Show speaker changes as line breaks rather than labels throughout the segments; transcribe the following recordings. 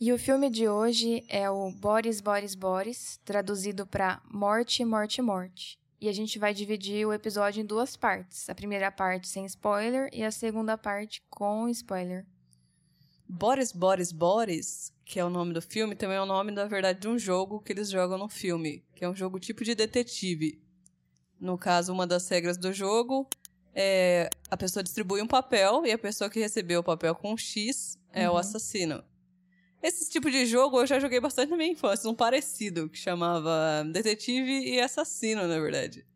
E o filme de hoje é o Boris, Boris, Boris, traduzido para Morte, Morte, Morte. E a gente vai dividir o episódio em duas partes. A primeira parte sem spoiler e a segunda parte com spoiler.
Boris, Boris, Boris, que é o nome do filme, também é o nome, na verdade, de um jogo que eles jogam no filme, que é um jogo tipo de detetive. No caso, uma das regras do jogo é a pessoa distribui um papel e a pessoa que recebeu o papel com um X é o assassino. Esse tipo de jogo eu já joguei bastante na minha infância, um parecido que chamava Detetive e Assassino, na verdade.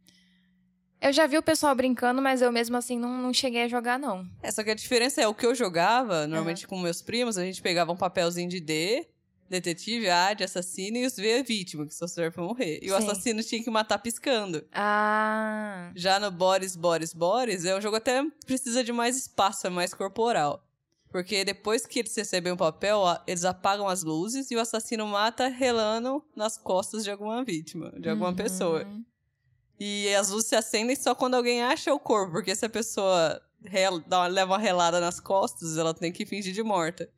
Eu já vi o pessoal brincando, mas eu mesmo assim não, não cheguei a jogar, não.
É, só que a diferença é o que eu jogava, normalmente com meus primos, a gente pegava um papelzinho de D, detetive, A, de assassino, e os V é vítima, que só serve pra morrer. E o
Sim.
assassino tinha que matar piscando.
Ah.
Já no Boris, Boris, Boris, é um jogo até precisa de mais espaço, é mais corporal. Porque depois que eles recebem o papel, a- eles apagam as luzes e o assassino mata relando nas costas de alguma vítima, de alguma
Uhum.
pessoa. E as luzes se acendem só quando alguém acha o corpo, porque se a pessoa rela- dá uma- leva uma relada nas costas, ela tem que fingir de morta.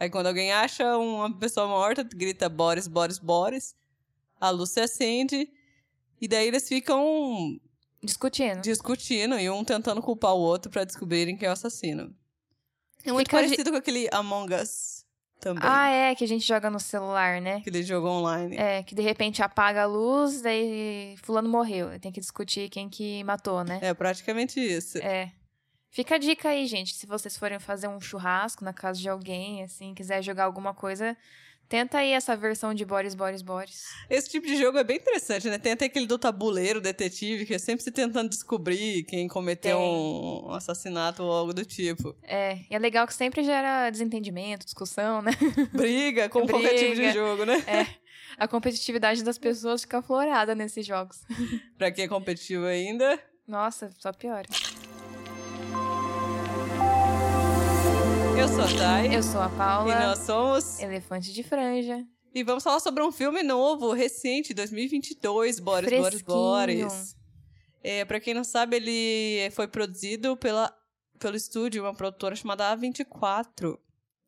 Aí quando alguém acha uma pessoa morta, grita Boris, Boris, Boris, a luz se acende, e daí eles ficam
Discutindo.
discutindo e um tentando culpar o outro pra descobrirem quem é o assassino. É muito
Fica a
parecido com aquele Among Us também.
Ah, é, que a gente joga no celular, né?
Aquele jogo online.
É, que de repente apaga a luz, daí fulano morreu. Aí Tem que discutir quem que matou, né?
É, praticamente isso.
É. Fica a dica aí, gente. Se vocês forem fazer um churrasco na casa de alguém, assim, quiser jogar alguma coisa, tenta aí essa versão de Boris, Boris, Boris.
Esse tipo de jogo é bem interessante, né? Tem até aquele do tabuleiro detetive, que é sempre se tentando descobrir quem cometeu
Tem.
um assassinato ou algo do tipo.
É, e é legal que sempre gera desentendimento, discussão, né?
Briga, como qualquer tipo de
Briga. É.
jogo, né?
A competitividade das pessoas fica florada nesses jogos.
Pra quem é competitivo ainda.
Nossa, só pior.
Eu sou a Thay.
Eu sou a
E
Paula,
nós somos.
elefante de franja.
E vamos falar sobre um filme novo, recente, 2022, Boris, Boris,
Fresquinho.
Boris. É, pra quem não sabe, ele foi produzido pela, pelo estúdio, uma produtora chamada A24.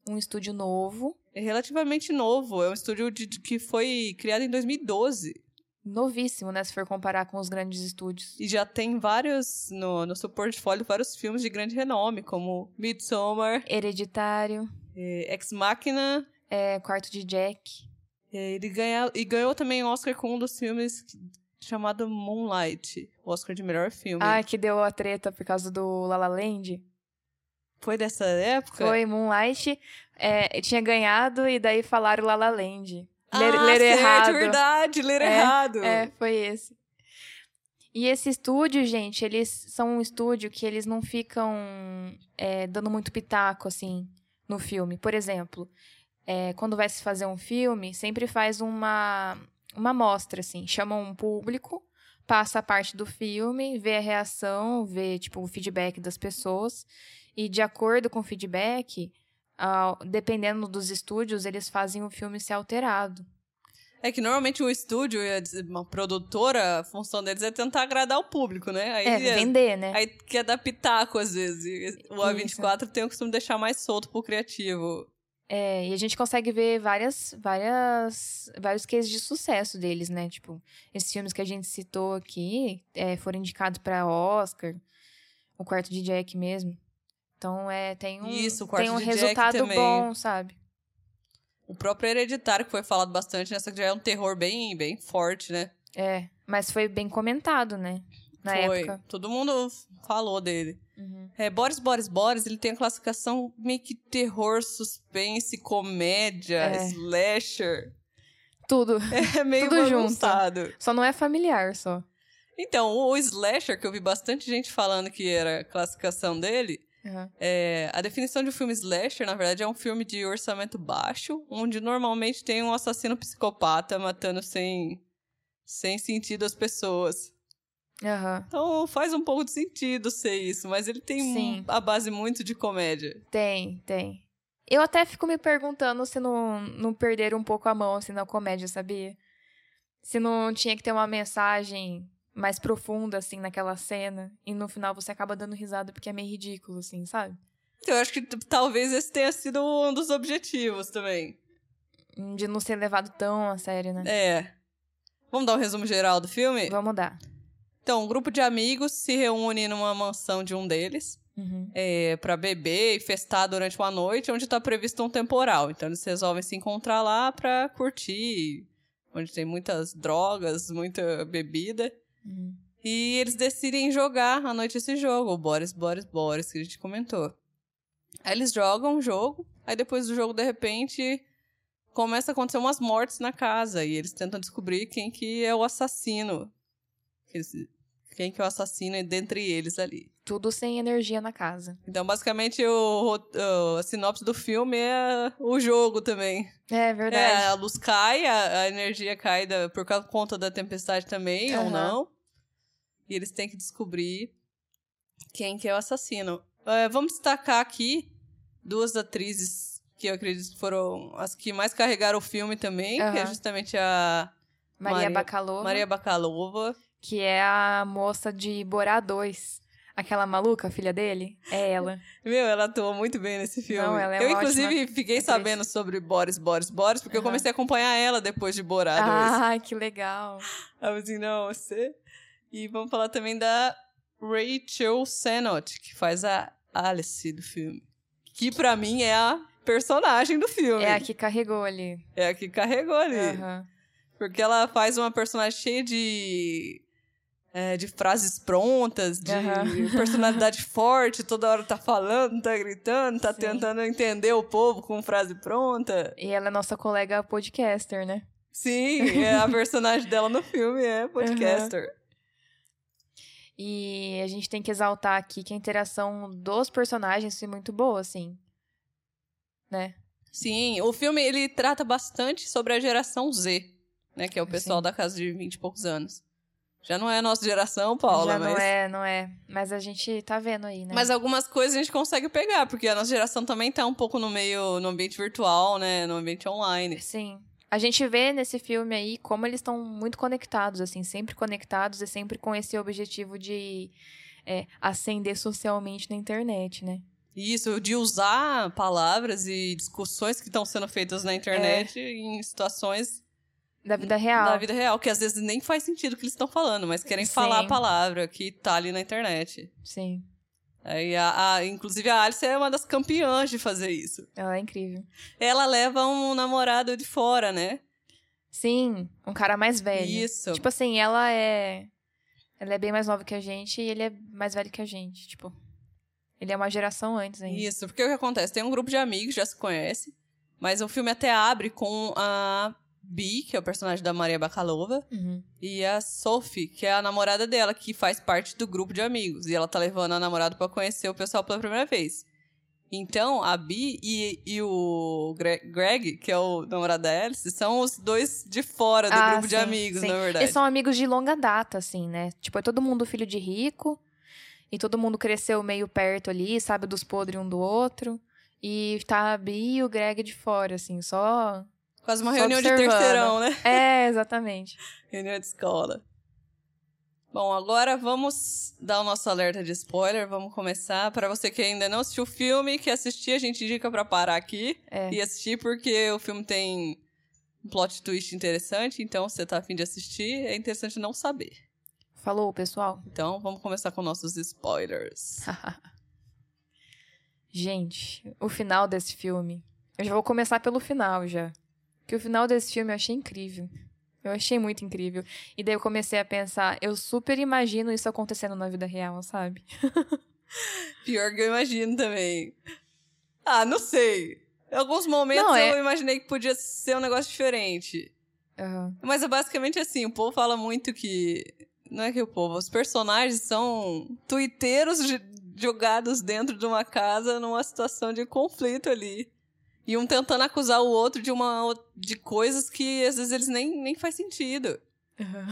Um estúdio novo,
É relativamente novo, é um estúdio de- de- que foi criado em 2012.
novíssimo, né? Se for comparar com os grandes estúdios.
E já tem vários, no, no seu portfólio, vários filmes de grande renome, como Midsommar,
Hereditário,
é, Ex Machina.
é, Quarto de Jack.
é, ele ganha, e ganhou também Oscar com um dos filmes que- chamado Moonlight, o Oscar de melhor filme.
Ah, que deu a treta por causa do La La Land.
Foi dessa época?
Foi Moonlight. é, tinha ganhado e daí falaram La La Land. Ler,
ah,
ler
certo,
errado.
verdade, ler
É,
errado.
É, foi esse. E esse estúdio, gente, eles são um estúdio que eles não ficam é, dando muito pitaco, assim, no filme. Por exemplo, é, quando vai se fazer um filme, sempre faz uma, uma mostra, assim. Chamam um público, passa a parte do filme, vê a reação, vê, tipo, o feedback das pessoas. E de acordo com o feedback, ah, dependendo dos estúdios, eles fazem o filme ser alterado.
É que normalmente um estúdio, é dizer, uma produtora, a função deles é tentar agradar o público, né? Aí,
É, vender, né?
aí quer dar pitaco às vezes. E O
Isso.
A24 tem o costume de deixar mais solto pro criativo.
É, e a gente consegue ver várias, várias, vários cases de sucesso deles, né? Tipo, esses filmes que a gente citou aqui é, foram indicados pra Oscar, o quarto de Jack mesmo. Então, é, tem um,
Isso, o Quarto
tem um
de Jack
resultado
também.
bom, sabe?
O próprio Hereditário, que foi falado bastante nessa, que já é um terror bem, bem forte, né?
É, mas foi bem comentado, né? Na
foi.
época.
Todo mundo falou dele.
Uhum.
É, Boris, Boris, Boris, ele tem a classificação meio que terror, suspense, comédia,
É.
slasher.
Tudo.
É meio
Tudo junto.
bagunçado.
Só não é familiar, só.
Então, o o slasher, que eu vi bastante gente falando que era a classificação dele,
Uhum.
é, a definição de filme slasher, na verdade, é um filme de orçamento baixo, onde normalmente tem um assassino psicopata matando sem, sem sentido as pessoas.
Aham.
Então, faz um pouco de sentido ser isso, mas ele tem um-
Sim.
a base muito de comédia.
Tem, tem. Eu até fico me perguntando se não, não perderam um pouco a mão assim na comédia, sabia? Se não tinha que ter uma mensagem mais profunda assim naquela cena e no final você acaba dando risada porque é meio ridículo assim, sabe?
Então, eu acho que t- talvez esse tenha sido um dos objetivos também.
De não ser levado tão a sério, né?
É. Vamos dar um resumo geral do filme?
Vamos dar.
Então, um grupo de amigos se reúne numa mansão de um deles
Uhum.
é, para beber e festar durante uma noite, onde tá previsto um temporal. Então, eles resolvem se encontrar lá pra curtir, onde tem muitas drogas, muita bebida.
Uhum.
E eles decidem jogar à noite esse jogo, o Boris, Boris, Boris, que a gente comentou. Aí eles jogam o jogo, aí depois do jogo, de repente, começa a acontecer umas mortes na casa. E eles tentam descobrir quem que é o assassino. Eles- Quem que é o assassino dentre eles ali.
Tudo sem energia na casa.
Então, basicamente, o, ro- o- a sinopse do filme é o jogo também.
É
É,
verdade.
a luz cai, a, a energia cai da- por causa- conta da tempestade também, ou
Aham.
não. E eles têm que descobrir quem que é o assassino. É, vamos destacar aqui duas atrizes que eu acredito que foram as que mais carregaram o filme também, que é
Aham. Uhum.
justamente a
Maria,
Maria-
Bacalova,
Maria Bakalova.
que é a moça de Borá 2. Aquela maluca, filha dele, é ela.
Meu, ela atuou muito bem nesse filme.
Não, ela é
eu,
uma
inclusive, fiquei
atriz.
sabendo sobre Boris, Boris, Boris, porque eu
Aham.
comecei a acompanhar ela depois de Borá 2.
Ah, que legal.
I was in assim, você. E vamos falar também da Rachel Sennott, que faz a Alice do filme. Que pra mim é a personagem do filme.
É a que carregou ali.
É a que carregou ali.
Aham.
Porque ela faz uma personagem cheia de. é, de frases prontas, de
Aham.
personalidade forte, toda hora tá falando, tá gritando, tá
Sim.
tentando entender o povo com frase pronta.
E ela é nossa colega podcaster, né?
Sim, é a personagem dela no filme é podcaster.
E a gente tem que exaltar aqui que a interação dos personagens foi muito boa, assim.
Sim, o filme ele trata bastante sobre a geração Z, né? Que é o pessoal
Sim.
da casa de 20 e poucos anos. Já não é a nossa geração, Paula,
Já
mas.
não é, não é. Mas a gente tá vendo aí, né?
Mas algumas coisas a gente consegue pegar, porque a nossa geração também tá um pouco no meio, no ambiente virtual, né? No ambiente online.
Sim. A gente vê nesse filme aí como eles estão muito conectados, assim, sempre conectados e sempre com esse objetivo de é, ascender socialmente na internet, né?
E isso de usar palavras e discussões que estão sendo feitas na internet em situações
Da vida É. real.
Hum, da vida real, que às vezes nem faz sentido o que eles estão falando, mas querem falar a
Sim.
palavra que tá ali na internet.
Sim.
Aí a- a- inclusive a Alice é uma das campeãs de fazer isso.
Ela é incrível.
Ela leva um namorado de fora, né?
Sim, um cara mais velho.
Isso.
Tipo assim, ela é. Ela é bem mais nova que a gente e ele é mais velho que a gente. Tipo. Ele é uma geração antes ainda.
Isso, porque o que acontece? Tem um grupo de amigos, já se conhece, mas o filme até abre com a Bi, que é o personagem da Maria Bakalova,
Uhum.
e a Sophie, que é a namorada dela, que faz parte do grupo de amigos. E ela tá levando a namorada pra conhecer o pessoal pela primeira vez. Então, a Bi e, e o Gre- Greg, que é o namorado da Alice, são os dois de fora do
Ah,
grupo de
sim,
amigos,
sim.
na verdade.
Eles são amigos de longa data, assim, né? Tipo, é todo mundo filho de rico. E todo mundo cresceu meio perto ali, sabe dos podres um do outro. E tá a Bi e o Greg de fora, assim, só.
Quase uma
só
reunião de
observando.
terceirão, né?
É, exatamente.
Reunião de escola. Bom, agora vamos dar o nosso alerta de spoiler. Vamos começar. Para você que ainda não assistiu o filme, que assistir, a gente indica para parar aqui
É.
e assistir, porque o filme tem um plot twist interessante. Então, se você tá afim de assistir, é interessante não saber.
Falou, pessoal.
Então, vamos começar com nossos spoilers.
Gente, o final desse filme. Eu já vou começar pelo final já. Porque o final desse filme eu achei incrível. Eu achei muito incrível. E daí eu comecei a pensar, eu super imagino isso acontecendo na vida real, sabe?
Pior que eu imagino também. Ah, não sei. Em alguns momentos
Não, é-
eu imaginei que podia ser um negócio diferente.
Aham.
Mas é basicamente assim, o povo fala muito que. Não é que o povo, os personagens são tuiteiros j- jogados dentro de uma casa numa situação de conflito ali. E um tentando acusar o outro de uma o- de coisas que às vezes eles nem, nem faz sentido.
Aham.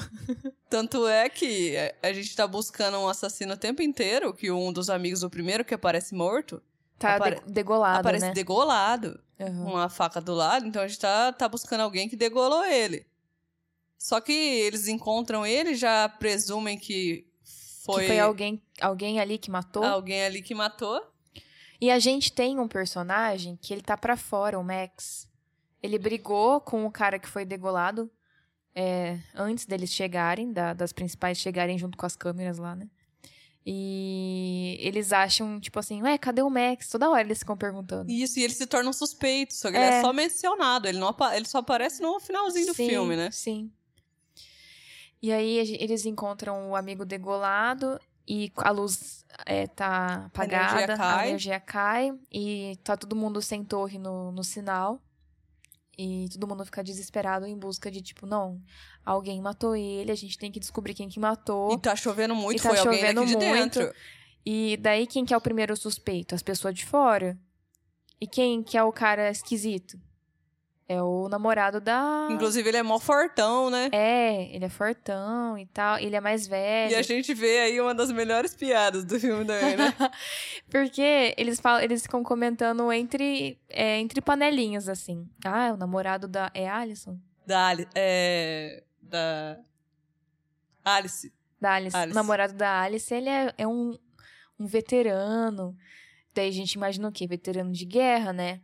Tanto é que a- a gente tá buscando um assassino o tempo inteiro, que um dos amigos do primeiro que aparece morto,
Tá
Apare-
de- degolado,
aparece
né?
degolado
Aham.
com a faca do lado, então a gente tá, tá buscando alguém que degolou ele. Só que eles encontram ele, já presumem que foi,
Que foi alguém, alguém ali que matou.
alguém ali que matou.
E a gente tem um personagem que ele tá pra fora, o Max. Ele brigou com o cara que foi degolado é, antes deles chegarem, da- das principais chegarem junto com as câmeras lá, né? E eles acham, tipo assim, ué, cadê o Max? Toda hora eles ficam perguntando.
Isso, e ele se torna um suspeito, só que ele é
É.
só mencionado, ele, não apa- ele só aparece no finalzinho do
Sim,
filme, né?
Sim. E aí a gen- eles encontram o amigo degolado e a luz é, tá apagada,
energia cai.
energia cai e tá todo mundo sem torre no, no sinal. E todo mundo fica desesperado em busca de, tipo, não, alguém matou ele, a gente tem que descobrir quem que matou.
E tá chovendo muito,
E tá
foi alguém daqui
chovendo
de
muito.
dentro.
E daí quem que é o primeiro suspeito? As pessoas de fora. E quem que é o cara esquisito? É o namorado da.
Inclusive, ele é mó fortão, né?
É, ele é fortão e tal. Ele é mais velho.
E a gente vê aí uma das melhores piadas do filme também, né?
Porque eles falam, eles ficam comentando entre, é, entre panelinhas, assim. Ah, é o namorado da. É Alison?
da Ali, é, da Alice.
Da Alice.
Alice.
O namorado da Alice, ele é, é um, um veterano. Daí a gente imagina o quê? Veterano de guerra, né?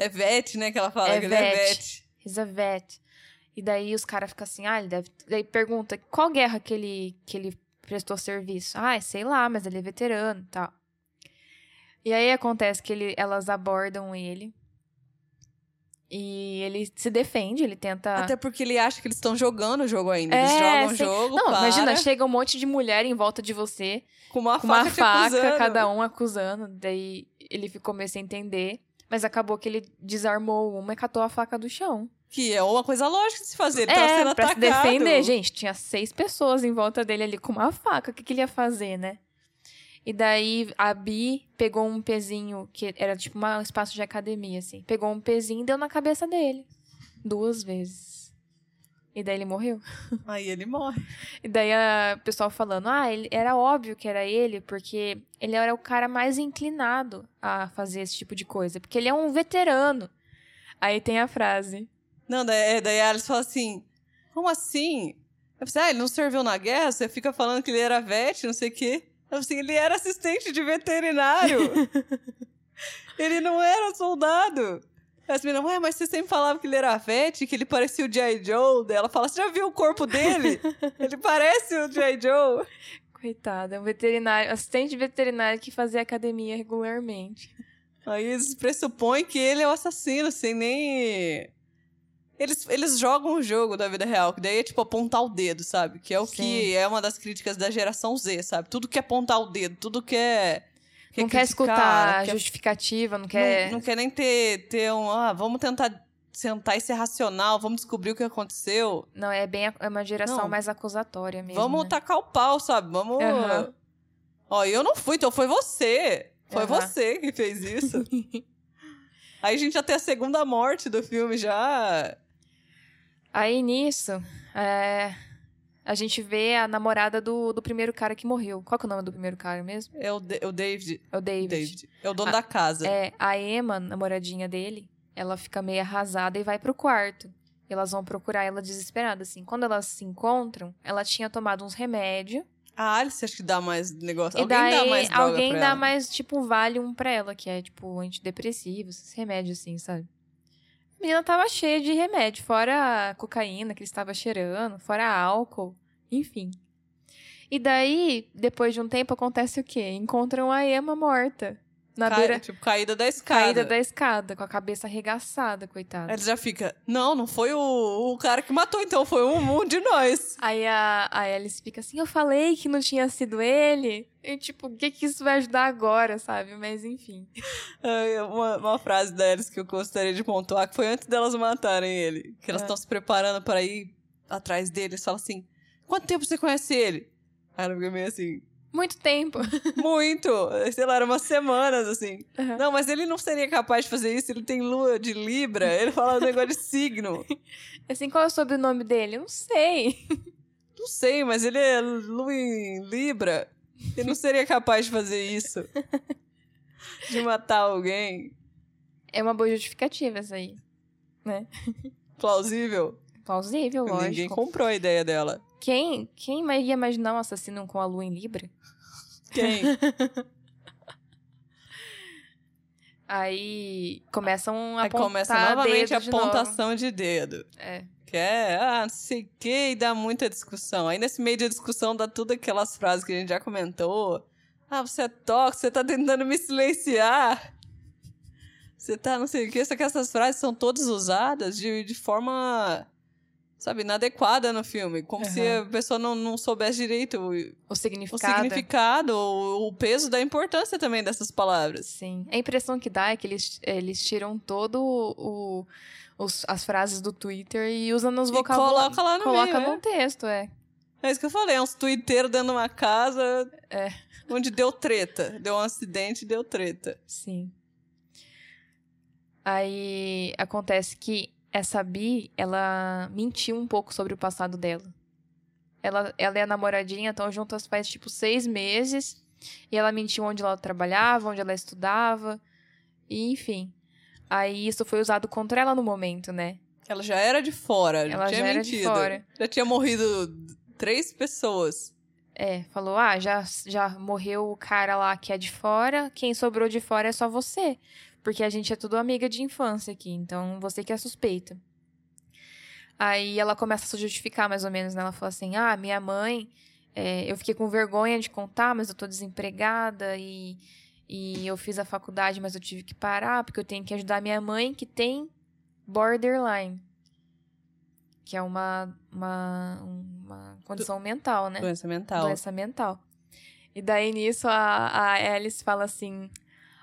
É Vete, né? Que ela fala
É
que ele é
Vete.
Vete.
He's a vet. E daí os caras ficam assim, ah, ele deve. Daí pergunta qual guerra que ele, que ele prestou serviço. Ah, sei lá, mas ele é veterano e tal. E aí acontece que ele, elas abordam ele. E ele se defende, ele tenta.
Até porque ele acha que eles estão jogando o jogo ainda.
Ah. É,
eles jogam o
sei.
jogo,
Não,
para,
imagina, chega um monte de mulher em volta de você,
com uma
com uma
faca, tipo,
faca,
te acusando.
cada um acusando. Daí ele ficou meio sem entender. Mas acabou que ele desarmou uma e catou a faca do chão.
Que é uma coisa lógica de se fazer. Ele tava sendo
um. É, pra
atacado.
se defender, gente. Tinha seis pessoas em volta dele ali com uma faca. O que, que ele ia fazer, né? E daí a Bi pegou um pezinho, que era tipo uma- um espaço de academia, assim. Pegou um pezinho e deu na cabeça dele. Duas vezes. E daí ele morreu.
Aí ele morre.
E daí a- o pessoal falando, ah, ele, era óbvio que era ele, porque ele era o cara mais inclinado a fazer esse tipo de coisa. Porque ele é um veterano. Aí tem a frase.
Não, daí, é, daí a Alice fala assim: como assim? Eu falei, ah, ele não serviu na guerra? Você fica falando que ele era vet, não sei o quê. Eu falei assim, ele era assistente de veterinário. ele não era soldado. Aí As meninas, ué, mas você sempre falava que ele era vet, que ele parecia o G.I. Joe. Daí ela fala, você já viu o corpo dele? ele parece o G.I. Joe.
Coitado, é um veterinário, assistente veterinário que fazia academia regularmente.
Aí eles pressupõem que ele é o assassino, sem nem. Eles, eles jogam o jogo da vida real, que daí é tipo apontar o dedo, sabe? Que é o que
Sim.
é uma das críticas da geração Z, sabe? Tudo quer apontar o dedo, tudo
não
quer.
quer
é criticar,
escutar
não quer-
justificativa, não quer.
não, não quer nem ter, ter um. Ah, vamos tentar sentar e ser racional, vamos descobrir o que aconteceu.
Não, é bem a- é uma geração
Não.
mais acusatória mesmo.
Vamos
né?
tacar o pau, sabe? Vamos.
Aham.
Ó, eu não fui, então foi você. Foi
Aham.
você que fez isso. Aí a gente já tem a segunda morte do filme já.
Aí nisso, é, a gente vê a namorada do, do primeiro cara que morreu. Qual que é o nome do primeiro cara mesmo?
É o, Da- o David.
É o David.
David. É o dono
Ah,
da casa.
É, a Emma, namoradinha dele, ela fica meio arrasada e vai pro quarto. E elas vão procurar ela desesperada, assim. Quando elas se encontram, ela tinha tomado uns remédios.
A Alice acho que dá mais negócio.
E
alguém
daí,
dá mais droga
alguém
pra
dá
ela.
mais, tipo, um vale um pra ela, que é, tipo, antidepressivo, esses remédios, assim, sabe? A menina tava cheia de remédio, fora a cocaína que eles estavam cheirando, fora álcool, enfim. E daí, depois de um tempo, acontece o quê? Encontram a Emma morta, na
Cai-
beira
Tipo, caída da escada.
caída da escada, com a cabeça arregaçada, coitada.
Aí Ele já fica. Não, não foi o, o cara que matou, então foi um, um de nós.
Aí a, a Alice fica assim, eu falei que não tinha sido ele. E tipo, o que que isso vai ajudar agora, sabe? Mas enfim.
Ai, é Uma, uma frase da Alice que eu gostaria de pontuar, que foi antes delas matarem ele. Que elas
Ah.
estão se preparando para ir atrás dele. Eles falam assim: quanto tempo você conhece ele? Aí ela fica meio assim,
Muito tempo.
muito! Sei lá, era umas semanas assim.
Aham.
Não, mas ele não seria capaz de fazer isso, ele tem lua de Libra, ele fala um negócio de signo.
Assim, qual é o sobrenome dele? Eu não sei.
Não sei, mas ele é lua em Libra. Ele não seria capaz de fazer isso. De matar alguém.
É uma boa justificativa essa aí.
Plausível.
Plausível, lógico.
Ninguém comprou a ideia dela.
Quem, quem ia imaginar um assassino com a lua em Libra?
Quem?
Aí começam a
Aí
apontar
começa novamente
dedo
a
de novo.
pontação de dedo.
É.
Que é, ah, não sei o que, e dá muita discussão. Aí nesse meio de discussão dá tudo aquelas frases que a gente já comentou. Ah, você é tóxico, você tá tentando me silenciar. Você tá não sei o que, só que essas frases são todas usadas de, de forma, sabe, inadequada no filme. Como se
Aham.
a pessoa não, não soubesse direito o,
O
o
significado.
significado, o, o peso da importância também dessas palavras.
Sim. A impressão que dá é que eles, eles tiram todo o, os- as frases do Twitter e usam nos
E
vocabulários.
coloca lá no meio, é.
num texto, é.
É isso que eu falei, é uns tuiteiros dentro de uma casa
É.
onde deu treta. Deu um acidente e deu treta.
Sim. Aí acontece que essa Bi, ela mentiu um pouco sobre o passado dela. Ela, ela é a namoradinha, estão juntas faz tipo seis meses. E ela mentiu onde ela trabalhava, onde ela estudava. E enfim. Aí isso foi usado contra ela no momento, né?
Ela já era de fora, não
Ela
tinha
já era de
mentido.
fora.
Já tinha morrido três pessoas.
É, falou: ah, já, já morreu o cara lá que é de fora, quem sobrou de fora é só você. Porque a gente é tudo amiga de infância aqui, então você que é suspeita. Aí ela começa a se justificar mais ou menos, né? Ela fala assim: ah, minha mãe, é, eu fiquei com vergonha de contar, mas eu tô desempregada e, e eu fiz a faculdade, mas eu tive que parar porque eu tenho que ajudar minha mãe que tem borderline. Que é uma, uma, uma condição mental, né?
Doença mental.
Doença mental. E daí nisso a, a Alice fala assim: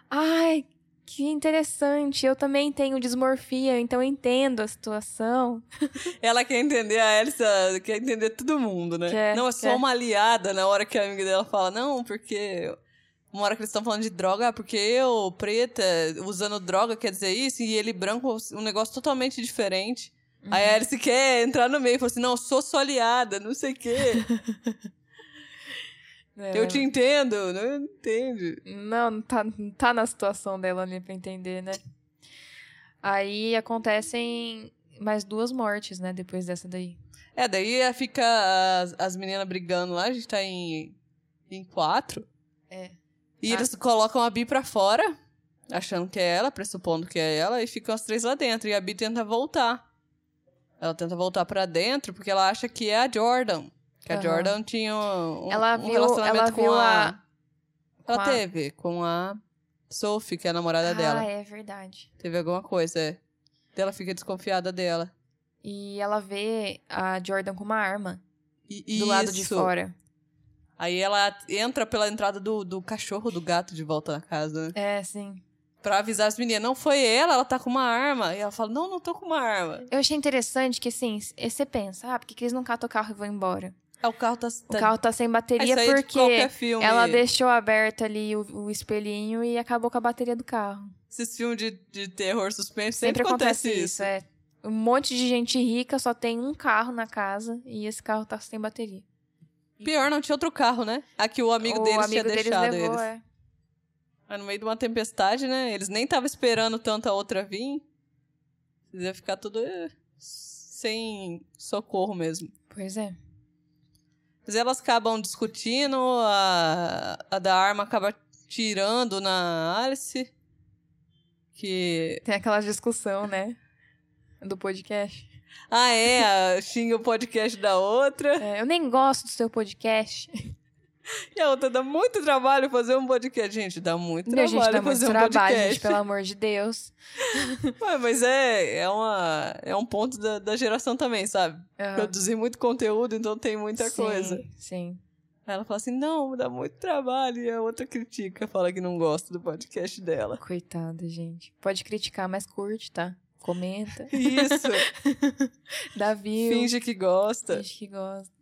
Ai, que interessante, eu também tenho dismorfia, então eu entendo a situação.
Ela quer entender a Elsa, quer entender todo mundo, né?
Quer,
não, é só
quer.
uma aliada na hora que a amiga dela fala, não, porque. Uma hora que eles estão falando de droga, ah, porque eu, preta, usando droga, quer dizer isso, e ele branco, um negócio totalmente diferente. Aí
Uhum.
a Alice quer entrar no meio e fala assim: não, eu sou sua aliada, não sei o quê.
É,
Eu te entendo, não entende.
Não, não tá, não tá na situação dela ali pra entender, né? Aí acontecem mais duas mortes, né? Depois dessa daí.
É, daí é, fica as, as meninas brigando lá, a gente tá em, em quatro.
É.
E
Ah.
eles colocam a Bi pra fora, achando que é ela, pressupondo que é ela, e ficam as três lá dentro. E a Bi tenta voltar. Ela tenta voltar pra dentro porque ela acha que é a Jordan. Que a
Aham.
Jordan tinha um,
Ela
um
viu-
relacionamento
ela
com
viu
a...
a-
Ela
com a-
teve, com a Sophie, que é a namorada dela.
Ah, é verdade.
Teve alguma coisa, é. Daí Ela fica desconfiada dela.
E ela vê a Jordan com uma arma
E,
do lado de
isso.
fora.
Aí ela entra pela entrada do, do cachorro do gato de volta na casa, né?
É, sim.
Pra avisar as meninas. Não foi ela, ela tá com uma arma. E ela fala, não, não tô com uma arma.
Eu achei interessante que, assim, s- você pensa, ah, por que que eles não catam o carro e vão embora?
Ah, o carro tá...
O carro tá sem bateria
é de qualquer
porque
filme.
ela deixou aberto ali o, o espelhinho e acabou com a bateria do carro.
Esses filmes de, de terror suspense
Sempre,
sempre,
acontece, isso.
isso.
é. Um monte de gente rica só tem um carro na casa e esse carro tá sem bateria.
Pior, não tinha outro carro, né? Aqui o amigo
o
deles
amigo
tinha
deles
deixado
levou,
eles.
é.
Mas no meio de uma tempestade, né? Eles nem estavam esperando tanta outra vir. Eles iam ficar tudo eh, sem socorro mesmo.
Pois é.
Mas elas acabam discutindo, a, a da arma acaba tirando na Alice. Que.
Tem aquela discussão, né? Do podcast.
Ah, é, a- xinga o podcast da outra.
É, eu nem gosto do seu podcast.
E a outra dá muito trabalho fazer um podcast. Gente, dá muito
Meu,
trabalho
gente, dá muito
fazer um
trabalho,
podcast.
gente, pelo amor de Deus.
Ué, Mas é, é, uma, é um ponto da, da geração também, sabe?
Aham.
Produzir muito conteúdo, então tem muita
Ah. Sim,
coisa.
Sim.
Aí ela fala assim: não, dá muito trabalho. E a outra critica, fala que não gosta do podcast dela.
Coitada, gente. Pode criticar, mas curte, tá? Comenta.
Isso,
Dá view.
finge que gosta.
Finge que gosta.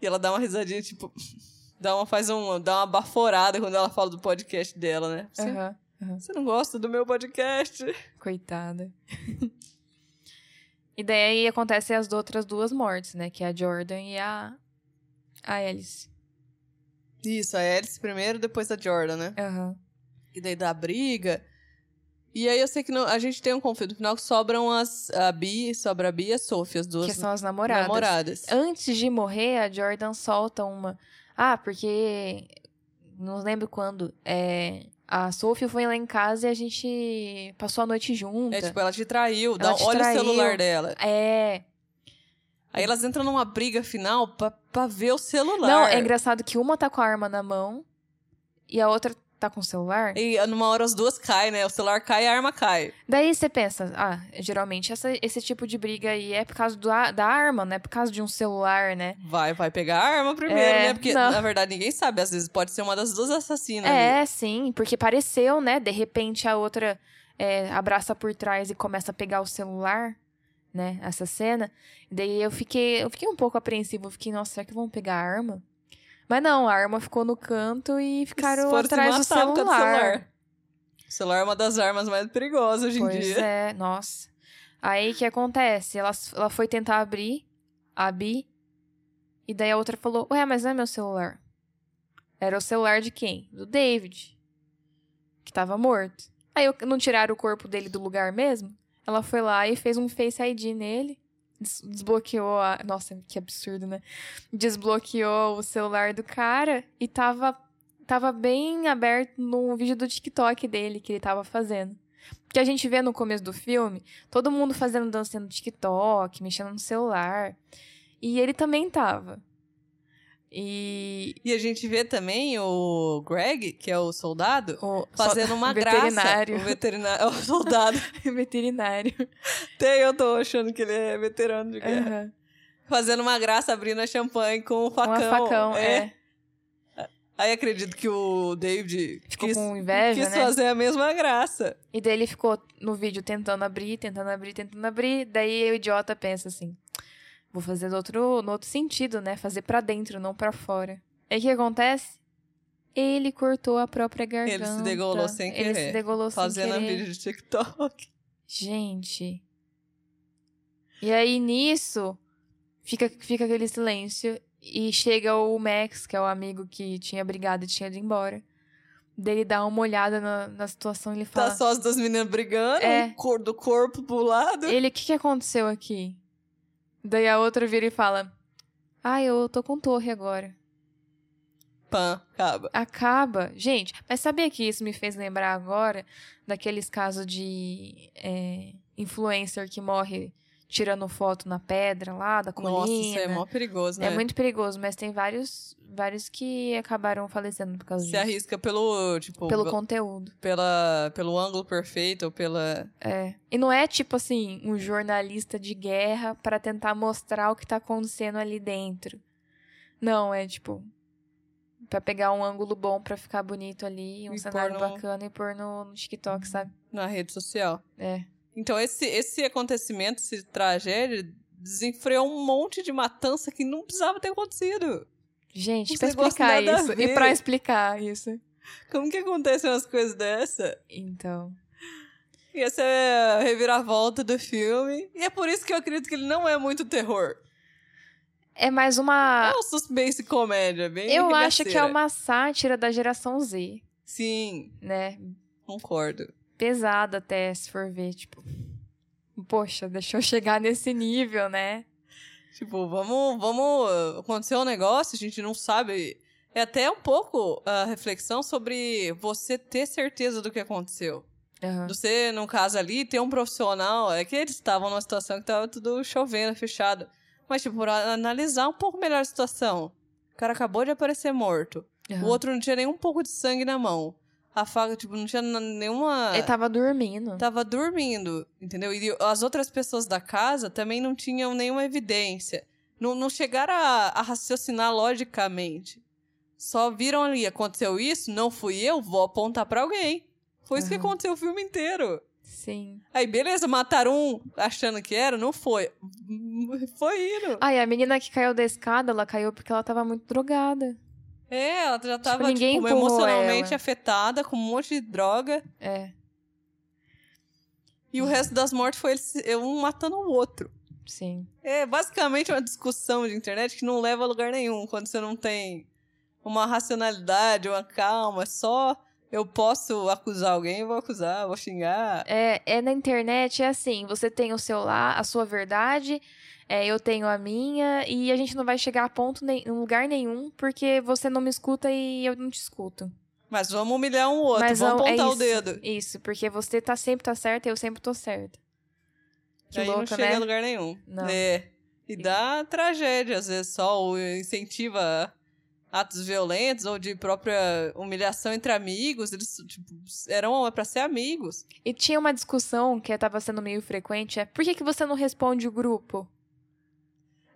E ela dá uma risadinha, tipo. Dá uma, faz um, dá uma baforada quando ela fala do podcast dela, né? Você,
Aham.
você não gosta do meu podcast?
Coitada. e daí acontecem as outras duas mortes, né? Que é a Jordan e a. A Alice.
Isso, a Alice primeiro, depois a Jordan, né?
Aham.
E daí dá a briga. E aí eu sei que não- a gente tem um conflito no final que sobram as, a Bi, sobra a Bi e a Sophie, as duas
Que são as namoradas.
namoradas.
Antes de morrer, a Jordan solta uma. Ah, porque. Não lembro quando. É. A Sophie foi lá em casa e a gente passou a noite junto.
É tipo, ela te traiu, dá,
Ela te
olha
traiu.
o celular dela.
É,
Aí elas entram numa briga final pra, pra ver o celular.
Não, é engraçado que uma tá com a arma na mão e a outra tá com o celular.
E numa hora as duas caem, né? O celular cai e a arma cai.
Daí você pensa, ah, geralmente essa- esse tipo de briga aí é por causa do a- da arma, né? Por causa de um celular, né?
Vai, vai pegar a arma primeiro,
É,
né? Porque,
não.
na verdade, ninguém sabe. Às vezes pode ser uma das duas assassinas. ali.
É, sim, porque pareceu, né? De repente a outra é, abraça por trás e começa a pegar o celular, né? Essa cena. Daí eu fiquei, eu fiquei um pouco apreensivo, eu fiquei, nossa, será que vão pegar a arma? Mas não, a arma ficou no canto e ficaram
Foram se
atrás do
matar por causa do
celular.
O celular é uma das armas mais perigosas hoje em
pois
dia.
é, nossa. Aí o que acontece? Ela, ela foi tentar abrir, abrir, e daí a outra falou: Ué, mas não é meu celular. Era o celular de quem? Do David, que tava morto. Aí eu- não tiraram o corpo dele do lugar mesmo? Ela foi lá e fez um Face ID nele, des- desbloqueou a. Nossa, que absurdo, né? Desbloqueou o celular do cara e tava, tava bem aberto no vídeo do TikTok dele que ele tava fazendo que a gente vê no começo do filme, todo mundo fazendo dança no TikTok, mexendo no celular. E ele também tava. E.
E a gente vê também o Greg, que é o soldado,
O
fazendo uma
veterinário.
graça. O veterinário. O soldado.
só- veterinário.
Tem, eu tô achando que ele é veterano de guerra.
Aham.
Fazendo uma graça, abrindo a champanhe com o
Com
facão.
a É. Um facão, é.
Aí acredito que o David
Ficou
quis,
com inveja,
quis
né?
fazer a mesma graça.
E daí ele ficou no vídeo tentando abrir, tentando abrir, tentando abrir. Daí o idiota pensa assim: vou fazer no outro, no outro sentido, né? Fazer pra dentro, não pra fora. Aí o que acontece? Ele cortou a própria garganta.
Ele se degolou sem
Ele se
querer,
degolou sem
Fazendo
querer.
vídeo de TikTok.
Gente. E aí nisso fica, fica aquele silêncio e chega o Max, que é o amigo que tinha brigado e tinha ido embora. Dele dá uma olhada na, na situação e ele fala:
Tá só as duas meninas brigando,
É.
um cor do corpo pro lado.
Ele, o que, que aconteceu aqui? Daí a outra vira e fala: Ah, eu tô com torre agora.
Pã, acaba.
Acaba. Gente, mas sabia que isso me fez lembrar agora daqueles casos de é, influencer que morre tirando foto na pedra lá, da colina.
Nossa, isso é mó perigoso, né?
É muito perigoso, mas tem vários, vários que acabaram falecendo por causa
Se
disso.
arrisca pelo, tipo,
Pelo
pe-
conteúdo.
pela, pelo ângulo perfeito ou pela...
É. E não é tipo assim, um jornalista de guerra pra tentar mostrar o que tá acontecendo ali dentro. Não, é tipo. Pra pegar um ângulo bom pra ficar bonito ali, um
E
cenário
pôr no- Hum.
bacana e pôr no, no TikTok, sabe?
na rede social.
É.
Então esse, esse acontecimento, essa tragédia, desenfreou um monte de matança que não precisava ter acontecido.
Gente,
Uns
pra
negócios
explicar
nada a
isso. E
ver.
pra explicar isso.
Como que acontecem umas coisas dessa?
Então.
E essa é a reviravolta do filme. E é por isso que eu acredito que ele não é muito terror.
É mais uma.
É um suspense e comédia, bem
Eu acho que é
bagaceira.
uma sátira da geração Z,
Sim,
né?
concordo.
pesado até, se for ver, tipo. Poxa, deixou chegar nesse nível, né?
Tipo, vamos, vamos. Aconteceu um negócio, a gente não sabe. É até um pouco a reflexão sobre você ter certeza do que aconteceu. Você, num caso ali, ter um profissional. É que eles estavam numa situação que tava tudo chovendo, fechado. Mas, tipo, pra analisar um pouco melhor a situação. O cara acabou de aparecer morto. O outro não tinha nem um pouco de sangue na mão. A faca, tipo, não tinha n- nenhuma.
Ele tava dormindo.
Tava dormindo, entendeu? E as outras pessoas da casa também não tinham nenhuma evidência. Não, não chegaram a, a raciocinar logicamente. Só viram ali, aconteceu isso, não fui eu, vou apontar pra alguém. Foi isso que
Aham.
aconteceu o filme inteiro.
Sim.
Aí, beleza, mataram um achando que era, não foi. Foi indo.
Ah, e a menina que caiu da escada, ela caiu porque ela tava muito drogada.
É, ela já tava
ninguém
tipo,
empurrou
emocionalmente
ela.
afetada, com um monte de droga.
É.
E o resto das mortes foi eles- um matando o outro.
Sim.
É basicamente uma discussão de internet que não leva a lugar nenhum quando você não tem uma racionalidade, uma calma, é só eu posso acusar alguém, eu vou acusar, vou xingar.
É, é na internet, é assim, você tem o seu lá, a sua verdade, é, eu tenho a minha, e a gente não vai chegar a ponto nem, em lugar nenhum, porque você não me escuta e eu não te escuto.
Mas vamos humilhar um outro,
Mas
vamos
ó, é
apontar o
isso,
dedo.
Isso, porque você tá sempre tá certa e eu sempre tô certa. Que
Aí não
louco,
chega
né?
a lugar nenhum.
Não.
É. E dá tragédia, às vezes só o- incentiva atos violentos ou de própria humilhação entre amigos. Eles tipo, eram pra ser amigos.
E tinha uma discussão que tava sendo meio frequente, é por que, que você não responde o grupo?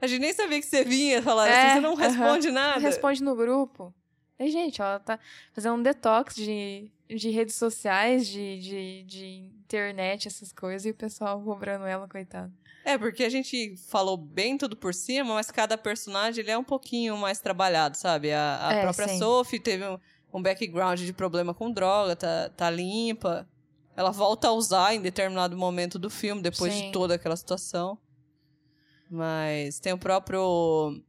A gente nem sabia que você vinha falar
É,
assim, você não
aham.
responde nada.
Não responde no grupo? E, gente, ela tá fazendo um detox de, de redes sociais, de, de, de internet, essas coisas, e o pessoal cobrando ela, coitada.
É, porque a gente falou bem tudo por cima, mas cada personagem ele é um pouquinho mais trabalhado, sabe? A, a
É,
própria
sim.
Sophie teve um, um background de problema com droga, tá, tá limpa. Ela volta a usar em determinado momento do filme, depois de
Sim.
toda aquela situação. Mas tem o próprio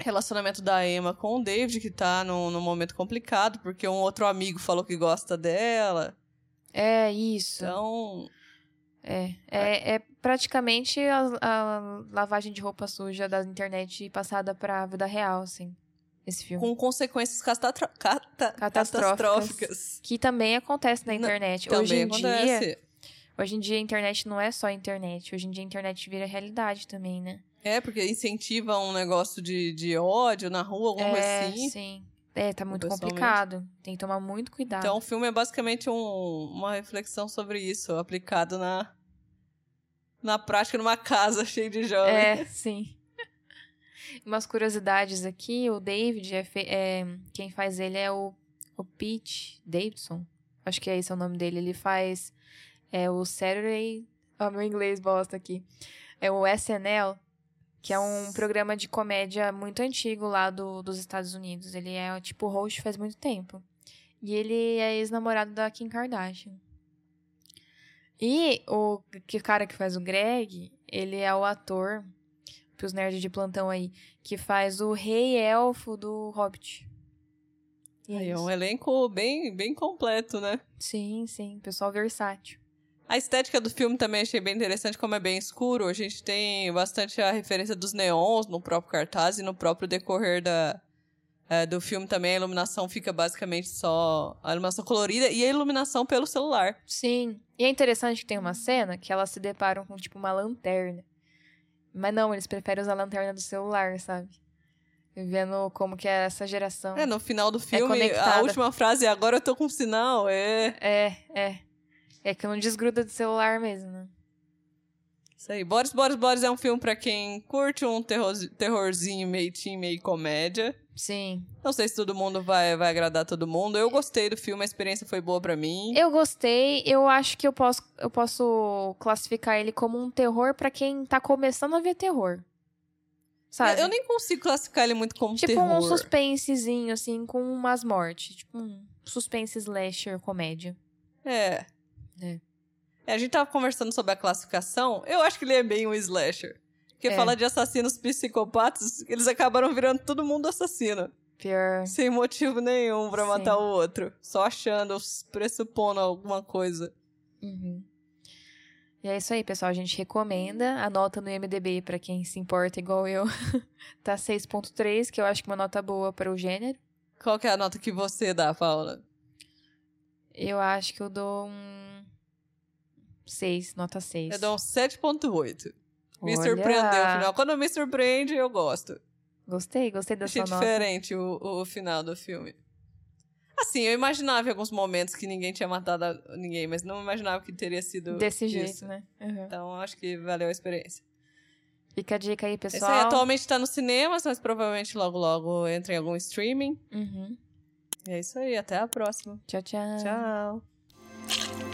relacionamento da Emma com o David, que tá num, num momento complicado, porque um outro amigo falou que gosta dela.
É isso.
Então,
É, é, é praticamente a, a lavagem de roupa suja da internet passada pra vida real, assim, esse filme.
com consequências catatra- cata-
Catastróficas.
catastróficas.
Que também acontece na
Não,
internet. hoje
Também
em
acontece.
dia, hoje em dia a internet não é só a internet. Hoje em dia a internet vira realidade também, né?
É, porque incentiva um negócio de, de ódio na rua, alguma
é,
coisa assim.
sim. É, tá muito
Pessoalmente.
complicado. Tem que tomar muito cuidado.
Então o filme é basicamente um- uma reflexão sobre isso, aplicado na, na prática numa casa cheia de jovens.
É, sim. Umas curiosidades aqui, o David é, fe- é- quem faz ele é o, o Pete Davidson. Acho que é esse é o nome dele. Ele faz é, o Saturday. Ó, meu inglês bosta aqui. É o SNL, que é um programa de comédia muito antigo lá do, dos Estados Unidos. Ele é tipo host faz muito tempo. E ele é ex-namorado da Kim Kardashian. E o que o cara que faz o Greg, ele é o ator, pros nerds de plantão aí, que faz o rei elfo do Hobbit. E é
Aí é
isso.
um elenco bem, bem completo, né?
Sim, sim, pessoal versátil.
A estética do filme também achei bem interessante, como é bem escuro. A gente tem bastante a referência dos neons no próprio cartaz e no próprio decorrer da, eh, do filme também. A iluminação fica basicamente só a iluminação colorida e a iluminação pelo celular.
Sim. E é interessante que tem uma cena que elas se deparam com, tipo, uma lanterna. Mas não, eles preferem usar a lanterna do celular, sabe? Vendo como que é essa geração.
É, no final do filme, a
conectada.
última frase é agora eu tô com sinal, é.
É, é. É que não desgruda do celular mesmo, né?
Isso aí. Boris, Boris, Boris é um filme pra quem curte um terror- terrorzinho meio teen, meio comédia.
Sim.
Não sei se todo mundo vai, vai agradar todo mundo. Eu gostei do filme, a experiência foi boa pra mim.
Eu gostei, eu acho que eu posso, eu posso classificar ele como um terror pra quem tá começando a ver terror. Sabe?
Eu, eu nem consigo classificar ele muito como
tipo
terror.
um suspensezinho, assim, com umas mortes. Tipo um suspense slasher comédia.
É.
É.
É, A gente tava conversando sobre a classificação. Eu acho que ele é bem um slasher. Porque
É.
fala de assassinos psicopatas, eles acabaram virando todo mundo assassino.
Pior.
Sem motivo nenhum pra
Sim.
matar o outro. Só achando, pressupondo alguma coisa.
Uhum. E é isso aí, pessoal. A gente recomenda. A nota no IMDB, pra quem se importa igual eu, tá 6.3, que eu acho que é uma nota boa para o gênero.
Qual que é a nota que você dá, Paula?
Eu acho que eu dou um 6, nota 6.
Eu dou um 7.8. Me surpreendeu o final. Quando me surpreende, eu gosto.
Gostei, gostei da
Achei
sua nota.
diferente o, o final do filme. Assim, eu imaginava em alguns momentos que ninguém tinha matado a- ninguém, mas não imaginava que teria sido
Desse
isso.
jeito, né? Uhum.
Então, acho que valeu a experiência.
Fica a dica aí,
Esse
pessoal.
É aí atualmente tá nos cinemas, mas provavelmente logo, logo entra em algum streaming.
Uhum.
E é isso aí, até a próxima.
Tchau, tchau.
Tchau.